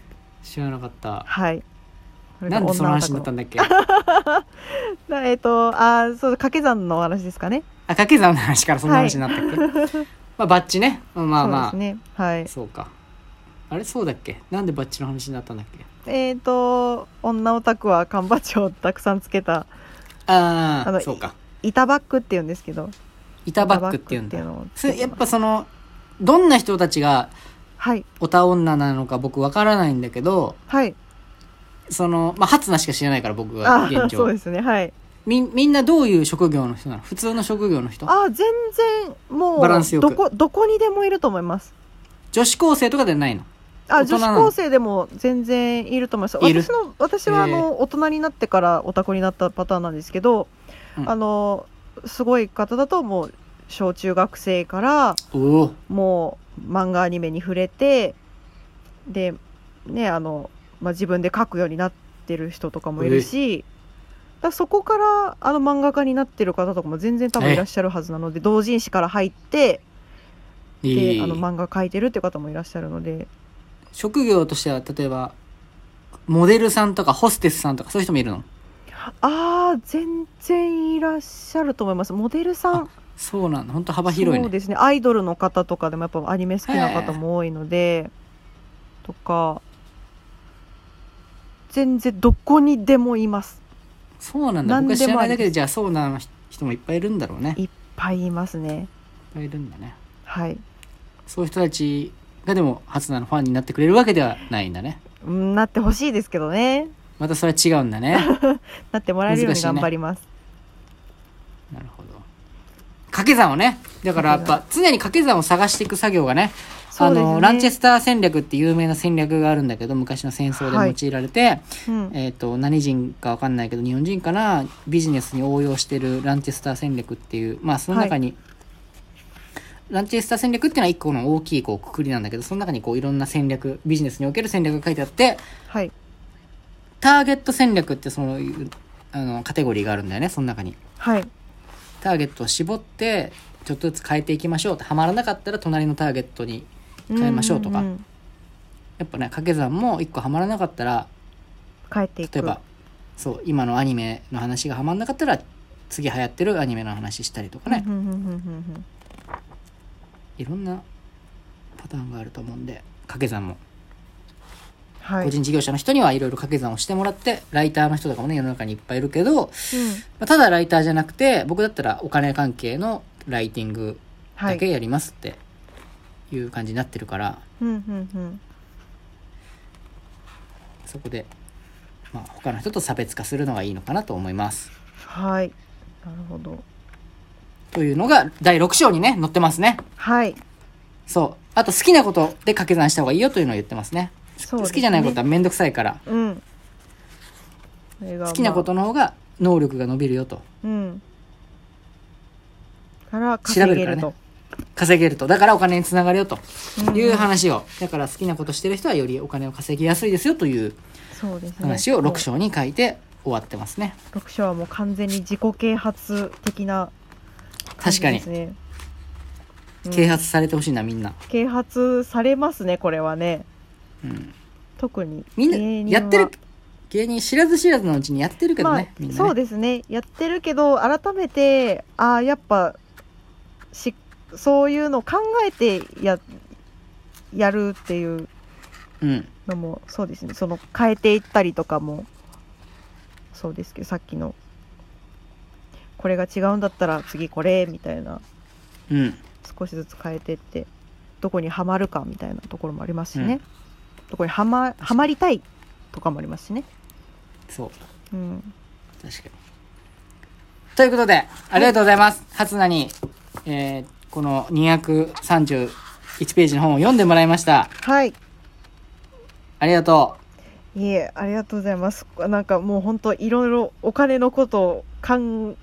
[SPEAKER 2] 知らなかった
[SPEAKER 3] はい
[SPEAKER 2] なんでその話になったんだっけあ
[SPEAKER 3] だえっ、と、あーそう、掛け算のお話ですかね。
[SPEAKER 2] 掛け算の話からそんな話になったっけ、まあバッジねまあまあまあ
[SPEAKER 3] そうですね。はい。
[SPEAKER 2] そうかあれそうだっけなんでバッジの話になったんだっけ
[SPEAKER 3] えっ、と、女オタクは缶バッジをたくさんつけた
[SPEAKER 2] あ
[SPEAKER 3] あの
[SPEAKER 2] あそうか
[SPEAKER 3] 板バッグって言うんですけど。
[SPEAKER 2] 板バッグっていうんだ
[SPEAKER 3] 板バッグって
[SPEAKER 2] そ
[SPEAKER 3] いうのをつけてます
[SPEAKER 2] れやっぱそのどんな人たちが
[SPEAKER 3] はい。
[SPEAKER 2] オタ女なのか僕わからないんだけど
[SPEAKER 3] はい。
[SPEAKER 2] そのまあ初なしか知らないから僕は
[SPEAKER 3] あ
[SPEAKER 2] 現
[SPEAKER 3] そう
[SPEAKER 2] 状
[SPEAKER 3] ですね。はい。
[SPEAKER 2] みみんなどういう職業の人なの普通の職業の人
[SPEAKER 3] あー全然、もう、
[SPEAKER 2] バランスよく
[SPEAKER 3] どこ、どこにでもいると思います。
[SPEAKER 2] 女子高生とかでないの
[SPEAKER 3] あ、
[SPEAKER 2] 大人
[SPEAKER 3] 女子
[SPEAKER 2] なの
[SPEAKER 3] 高生でも全然いると思います。
[SPEAKER 2] いる
[SPEAKER 3] 私の、私はあ
[SPEAKER 2] へえ
[SPEAKER 3] の、大人になってからオタクになったパターンなんですけど、
[SPEAKER 2] うん
[SPEAKER 3] あの、すごい方だともう、小中学生から、
[SPEAKER 2] おお
[SPEAKER 3] もう漫画アニメに触れてでねあの、まあ、自分で描くようになってる人とかもいるしだからそこからあの漫画家になってる方とかも全然多分いらっしゃるはずなので同人誌から入って
[SPEAKER 2] い
[SPEAKER 3] で
[SPEAKER 2] い
[SPEAKER 3] あの漫画描いてるって方もいらっしゃるので
[SPEAKER 2] 職業としては例えばモデルさんとかホステスさんとかそういう人もいるの
[SPEAKER 3] ああ全然いらっしゃると思いますモデルさん
[SPEAKER 2] そうなんだ本当幅広い
[SPEAKER 3] そう
[SPEAKER 2] ね
[SPEAKER 3] ですねアイドルの方とかでもやっぱアニメ好きな方も多いのでとか全然どこにでもいます
[SPEAKER 2] そうなんだ僕は
[SPEAKER 3] 何
[SPEAKER 2] 知
[SPEAKER 3] で
[SPEAKER 2] ら
[SPEAKER 3] も
[SPEAKER 2] な
[SPEAKER 3] あ
[SPEAKER 2] い
[SPEAKER 3] り
[SPEAKER 2] だけ
[SPEAKER 3] で
[SPEAKER 2] ですじゃあそうな人もいっぱいいるんだろうねいっ
[SPEAKER 3] いっぱいいますね
[SPEAKER 2] ぱいいるんだね
[SPEAKER 3] はい
[SPEAKER 2] そういう人たちがでも初菜のファンになってくれるわけではないんだね
[SPEAKER 3] うんなってほしいですけどね
[SPEAKER 2] またそれは違うんだ ね
[SPEAKER 3] なってもらえるよう
[SPEAKER 2] 難
[SPEAKER 3] に
[SPEAKER 2] しいね
[SPEAKER 3] 頑張ります、
[SPEAKER 2] なるほど掛け算をねだからやっぱ常に掛け算を探していく作業がね
[SPEAKER 3] そうですね
[SPEAKER 2] あのランチェスター戦略って有名な戦略があるんだけど昔の戦争で用いられて、
[SPEAKER 3] うん、
[SPEAKER 2] えー、と何人か分かんないけど日本人かなビジネスに応用してるランチェスター戦略っていうまあその中に、ランチェスター戦略っていうのは一個の大きいこうくくりなんだけど、その中にこういろんな戦略、ビジネスにおける戦略が書いてあって、
[SPEAKER 3] はい
[SPEAKER 2] ターゲット戦略ってそういう、あの、カテゴリーがあるんだよね、その中に。
[SPEAKER 3] はい
[SPEAKER 2] ターゲットを絞って、ちょっとずつ変えていきましょうって、はまらなかったら隣のターゲットに変えましょうとか
[SPEAKER 3] んんん
[SPEAKER 2] やっぱね掛け算も一個ハマらなかったら
[SPEAKER 3] 変えていく
[SPEAKER 2] 例えばそう今のアニメの話がハマんなかったら次流行ってるアニメの話したりとかね、
[SPEAKER 3] うんうんうんうんうん
[SPEAKER 2] いろんなパターンがあると思うんで掛け算も、
[SPEAKER 3] はい
[SPEAKER 2] 個人事業者の人にはいろいろ掛け算をしてもらってライターの人とかもね世の中にいっぱいいるけど、ま
[SPEAKER 3] うん
[SPEAKER 2] あただライターじゃなくて僕だったらお金関係のライティング
[SPEAKER 3] は
[SPEAKER 2] だけ
[SPEAKER 3] い
[SPEAKER 2] やりますっていう感じになってるから、
[SPEAKER 3] うんうんうん
[SPEAKER 2] そこで、まあ、他の人と差別化するのがいいのかなと思います。
[SPEAKER 3] はいなるほど
[SPEAKER 2] というのが第6章にね載ってますね
[SPEAKER 3] はい
[SPEAKER 2] そうあと好きなことで掛け算した方がいいよというのを言ってますね
[SPEAKER 3] そうですね
[SPEAKER 2] 好きじゃないことは面倒くさいから
[SPEAKER 3] うんそれが
[SPEAKER 2] 好きなことの方が能力が伸びるよと
[SPEAKER 3] まあうんから稼げる
[SPEAKER 2] 調
[SPEAKER 3] と
[SPEAKER 2] 稼げるとだからお金につながるよと
[SPEAKER 3] うん
[SPEAKER 2] いう話をだから好きなことしてる人はよりお金を稼ぎやすいですよという
[SPEAKER 3] そうですね
[SPEAKER 2] 話を6章に書いて終わってますね
[SPEAKER 3] 六章はもう完全に自己啓発的な感
[SPEAKER 2] 確
[SPEAKER 3] じ
[SPEAKER 2] か
[SPEAKER 3] で
[SPEAKER 2] に
[SPEAKER 3] すね、うん
[SPEAKER 2] 啓発されてほしいなみんな、
[SPEAKER 3] 啓発されますねこれはね
[SPEAKER 2] うん、
[SPEAKER 3] 特に
[SPEAKER 2] み
[SPEAKER 3] 芸
[SPEAKER 2] んな
[SPEAKER 3] 人は
[SPEAKER 2] やってる芸人知らず知らずのうちにやってるけどね、みん
[SPEAKER 3] まあ、
[SPEAKER 2] なね
[SPEAKER 3] そうですねやってるけど改めてああやっぱしそういうのを考えてややるっていう
[SPEAKER 2] うん
[SPEAKER 3] のもそうですねその変えていったりとかもそうですけどさっきのこれが違うんだったら次これみたいな
[SPEAKER 2] うん
[SPEAKER 3] 少しずつ変えてってどこにはまるかみたいなところもありますしね、どこにはまはまりたいとかもありますしね。
[SPEAKER 2] そう
[SPEAKER 3] うん、
[SPEAKER 2] 確かに。ということで、ありがとうございます。はつなに、えーこの231ページの本を読んでもらいました。
[SPEAKER 3] はい
[SPEAKER 2] ありがと
[SPEAKER 3] いえ、ありがとうございます。なんかもう本当いろいろお金のことをかん、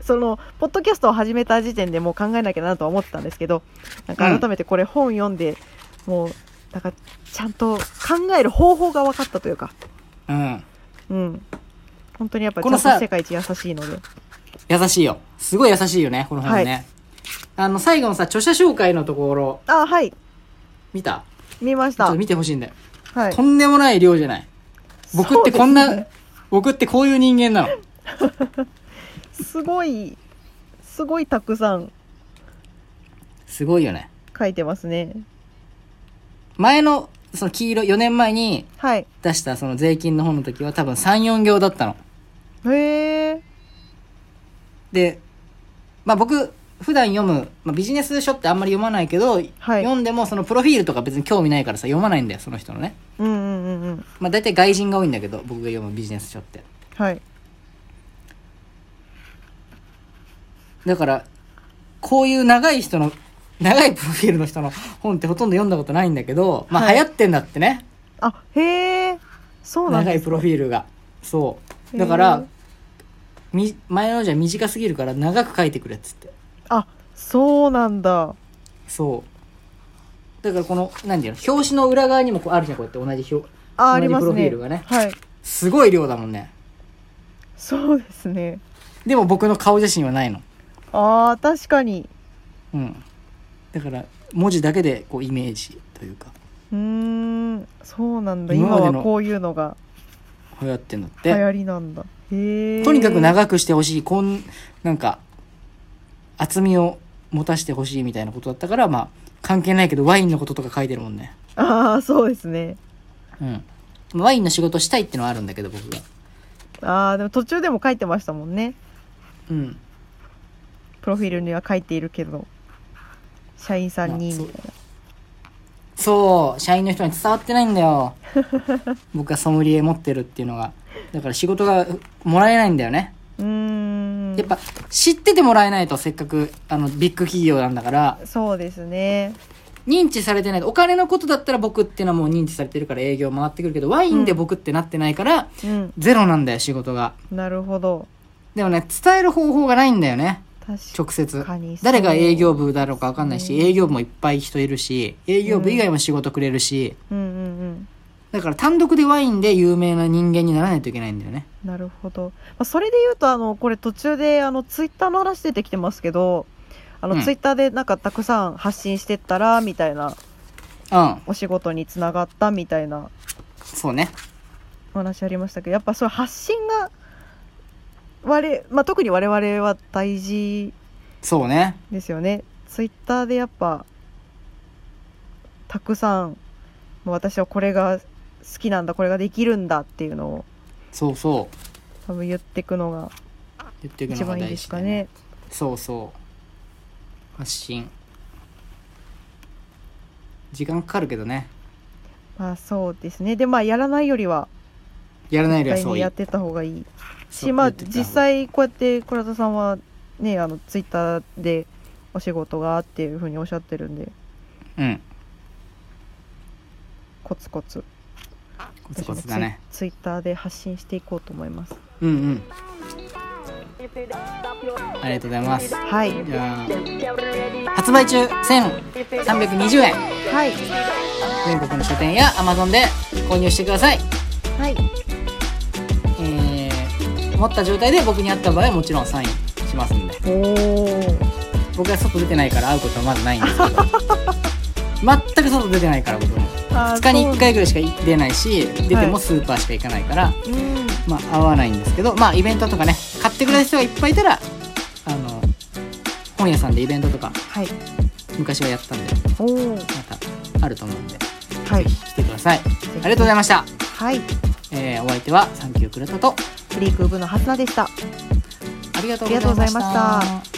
[SPEAKER 3] そのポッドキャストを始めた時点でもう考えなきゃなとは思ってたんですけど、なんか改めてこれ本読んで、もうなんかちゃんと考える方法が分かったというか、
[SPEAKER 2] う。うん。
[SPEAKER 3] うん、本当にやっぱち
[SPEAKER 2] こ
[SPEAKER 3] ゃん
[SPEAKER 2] の
[SPEAKER 3] と
[SPEAKER 2] さ
[SPEAKER 3] 世界一優しいので、
[SPEAKER 2] 優しいよ。すごい優しいよね、この本ね。あの、最後のさ、著者紹介のところ、
[SPEAKER 3] あはい
[SPEAKER 2] 見た
[SPEAKER 3] 見まし
[SPEAKER 2] ちょったと。見てほしいんだよ、
[SPEAKER 3] はい
[SPEAKER 2] と、んでもない量じゃない。僕ってこん
[SPEAKER 3] そう
[SPEAKER 2] な、
[SPEAKER 3] ですね
[SPEAKER 2] 僕ってこういう人間なの。
[SPEAKER 3] すごいすごいたくさん
[SPEAKER 2] すごいよね。
[SPEAKER 3] 書いてますね。
[SPEAKER 2] 前の、その黄色、4年前に
[SPEAKER 3] はい。
[SPEAKER 2] 出したその税金の本の時は多分3、4行だったの。
[SPEAKER 3] へえ。
[SPEAKER 2] で、まあ、僕普段読む、まあ、ビジネス書ってあんまり読まないけど、読んでもそのプロフィールとか別に興味ないからさ読まないんだよその人のね、
[SPEAKER 3] うんうんうんうん。
[SPEAKER 2] まあ、大体外人が多いんだけど僕が読むビジネス書って
[SPEAKER 3] はい。
[SPEAKER 2] だからこういう長い人の長いプロフィールの人の本ってほとんど読んだことないんだけど、ま
[SPEAKER 3] は
[SPEAKER 2] あ、
[SPEAKER 3] い
[SPEAKER 2] 流行ってんだってね、
[SPEAKER 3] あへえそうなん
[SPEAKER 2] 長
[SPEAKER 3] で
[SPEAKER 2] い
[SPEAKER 3] す
[SPEAKER 2] プロフィールがそうだか
[SPEAKER 3] へえ
[SPEAKER 2] ら、み前のじゃ短すぎるから長く書いてくれっつって
[SPEAKER 3] あそうなんだ
[SPEAKER 2] そうだからこの何ていうの表紙の裏側にもこうあるじゃんこうやって同じ表
[SPEAKER 3] ああ
[SPEAKER 2] 同じ
[SPEAKER 3] りま
[SPEAKER 2] プ
[SPEAKER 3] すね
[SPEAKER 2] ロフィールがね
[SPEAKER 3] はい
[SPEAKER 2] すごい量だもんね。
[SPEAKER 3] そうですね
[SPEAKER 2] でも僕の顔写真はないの。
[SPEAKER 3] あー確かに
[SPEAKER 2] うん。だから、文字だけでこうイメージというか、
[SPEAKER 3] うーんそうなんだ
[SPEAKER 2] 今
[SPEAKER 3] 今
[SPEAKER 2] までの
[SPEAKER 3] はこういうのが
[SPEAKER 2] 流行ってんだっ
[SPEAKER 3] 流
[SPEAKER 2] て。
[SPEAKER 3] 行りなんだへえ
[SPEAKER 2] とにかく長くしてほしい。こん、なんか、厚みを持たしてほしいみたいなことだったから、まあ、関係ないけどワインのこととか書いてるもんね。
[SPEAKER 3] ああそうですね
[SPEAKER 2] うん。ワインの仕事したいってのはあるんだけど、僕が。
[SPEAKER 3] あーでも途中でも書いてましたもんね
[SPEAKER 2] うん。
[SPEAKER 3] プロフィールには書いているけど社員さんに
[SPEAKER 2] まあ
[SPEAKER 3] みたい
[SPEAKER 2] そう、社員の人に伝わってないんだ よ。僕がソムリエ持ってるっていうのが。だから仕事がもらえないんだよね。
[SPEAKER 3] なうーん
[SPEAKER 2] やっぱ知っててもらえないとせっかくあのビッグ企業なんだから
[SPEAKER 3] そうですね
[SPEAKER 2] 認知されてないとお金のことだったら僕っていうのはもう認知されてるから営業回ってくるけどワインで僕ってなってないから、
[SPEAKER 3] うん
[SPEAKER 2] ゼロなんだよ仕事が
[SPEAKER 3] なるほど
[SPEAKER 2] でもね伝える方法がないんだよね直接
[SPEAKER 3] 確かにそう
[SPEAKER 2] 誰が営業部だろうか分かんないし、
[SPEAKER 3] うん
[SPEAKER 2] 営業部もいっぱい人いるし営業部以外も仕事くれるし、
[SPEAKER 3] うんうんうん
[SPEAKER 2] だから単独でワインで有名な人間にならないといけないんだよね
[SPEAKER 3] なるほど、まあ、それで言うとあのこれ途中であのツイッターの話出てきてますけどあの、
[SPEAKER 2] うん
[SPEAKER 3] ツイッターでなんかたくさん発信してったらみたいな
[SPEAKER 2] うん
[SPEAKER 3] お仕事につながったみたいな
[SPEAKER 2] そうね
[SPEAKER 3] お話ありましたけどやっぱそういう発信が我、まあ、特に我々は大事
[SPEAKER 2] そうね
[SPEAKER 3] ですよねツイッターでやっぱたくさんもう私はこれが好きなんだこれができるんだっていうのを
[SPEAKER 2] そうそう
[SPEAKER 3] 多分言っていくのが
[SPEAKER 2] 言っていく
[SPEAKER 3] 一
[SPEAKER 2] のが
[SPEAKER 3] 番いいで
[SPEAKER 2] 大
[SPEAKER 3] す
[SPEAKER 2] 事
[SPEAKER 3] か
[SPEAKER 2] だ
[SPEAKER 3] ね
[SPEAKER 2] ねそうそう発信時間かかるけどね
[SPEAKER 3] まあそうですねでまあやらないよりは
[SPEAKER 2] やらないよりは
[SPEAKER 3] 絶対
[SPEAKER 2] そう
[SPEAKER 3] に
[SPEAKER 2] いい
[SPEAKER 3] やってた方がいい
[SPEAKER 2] そう
[SPEAKER 3] しまあ
[SPEAKER 2] 言ってた
[SPEAKER 3] 実際こうやって倉田さんはねあのツイッターでお仕事がっていうふうにおっしゃってるんで
[SPEAKER 2] うん
[SPEAKER 3] コツコツ
[SPEAKER 2] コツコツだね
[SPEAKER 3] 私もツイツイッターで発信していこうと思います
[SPEAKER 2] うんうんありがとうございます
[SPEAKER 3] はい
[SPEAKER 2] じゃあ発売中1320円
[SPEAKER 3] はい
[SPEAKER 2] 全国の書店や Amazon で購入してください
[SPEAKER 3] はい
[SPEAKER 2] えー持った状態で僕に会った場合はもちろんサインしますんで
[SPEAKER 3] おー
[SPEAKER 2] 僕は外出てないから会うことはまずないんですけど全 く外出てないから僕も
[SPEAKER 3] あー
[SPEAKER 2] 2日に1回ぐらいしか出ないし出て
[SPEAKER 3] は
[SPEAKER 2] も
[SPEAKER 3] い
[SPEAKER 2] スーパーしか行かないから、
[SPEAKER 3] そううん
[SPEAKER 2] まあ会わないんですけどまあイベントとかね買ってくれる人がいっぱいいたらあの本屋さんでイベントとか
[SPEAKER 3] はい
[SPEAKER 2] 昔はやったんで
[SPEAKER 3] おー
[SPEAKER 2] またあると思うんで、
[SPEAKER 3] はい
[SPEAKER 2] ぜひ来てくださいありがとうございました、
[SPEAKER 3] はい
[SPEAKER 2] えーお相手はサンキュークレタと
[SPEAKER 3] フリークーブのはずなでした
[SPEAKER 2] ありがと
[SPEAKER 3] ありがとうございました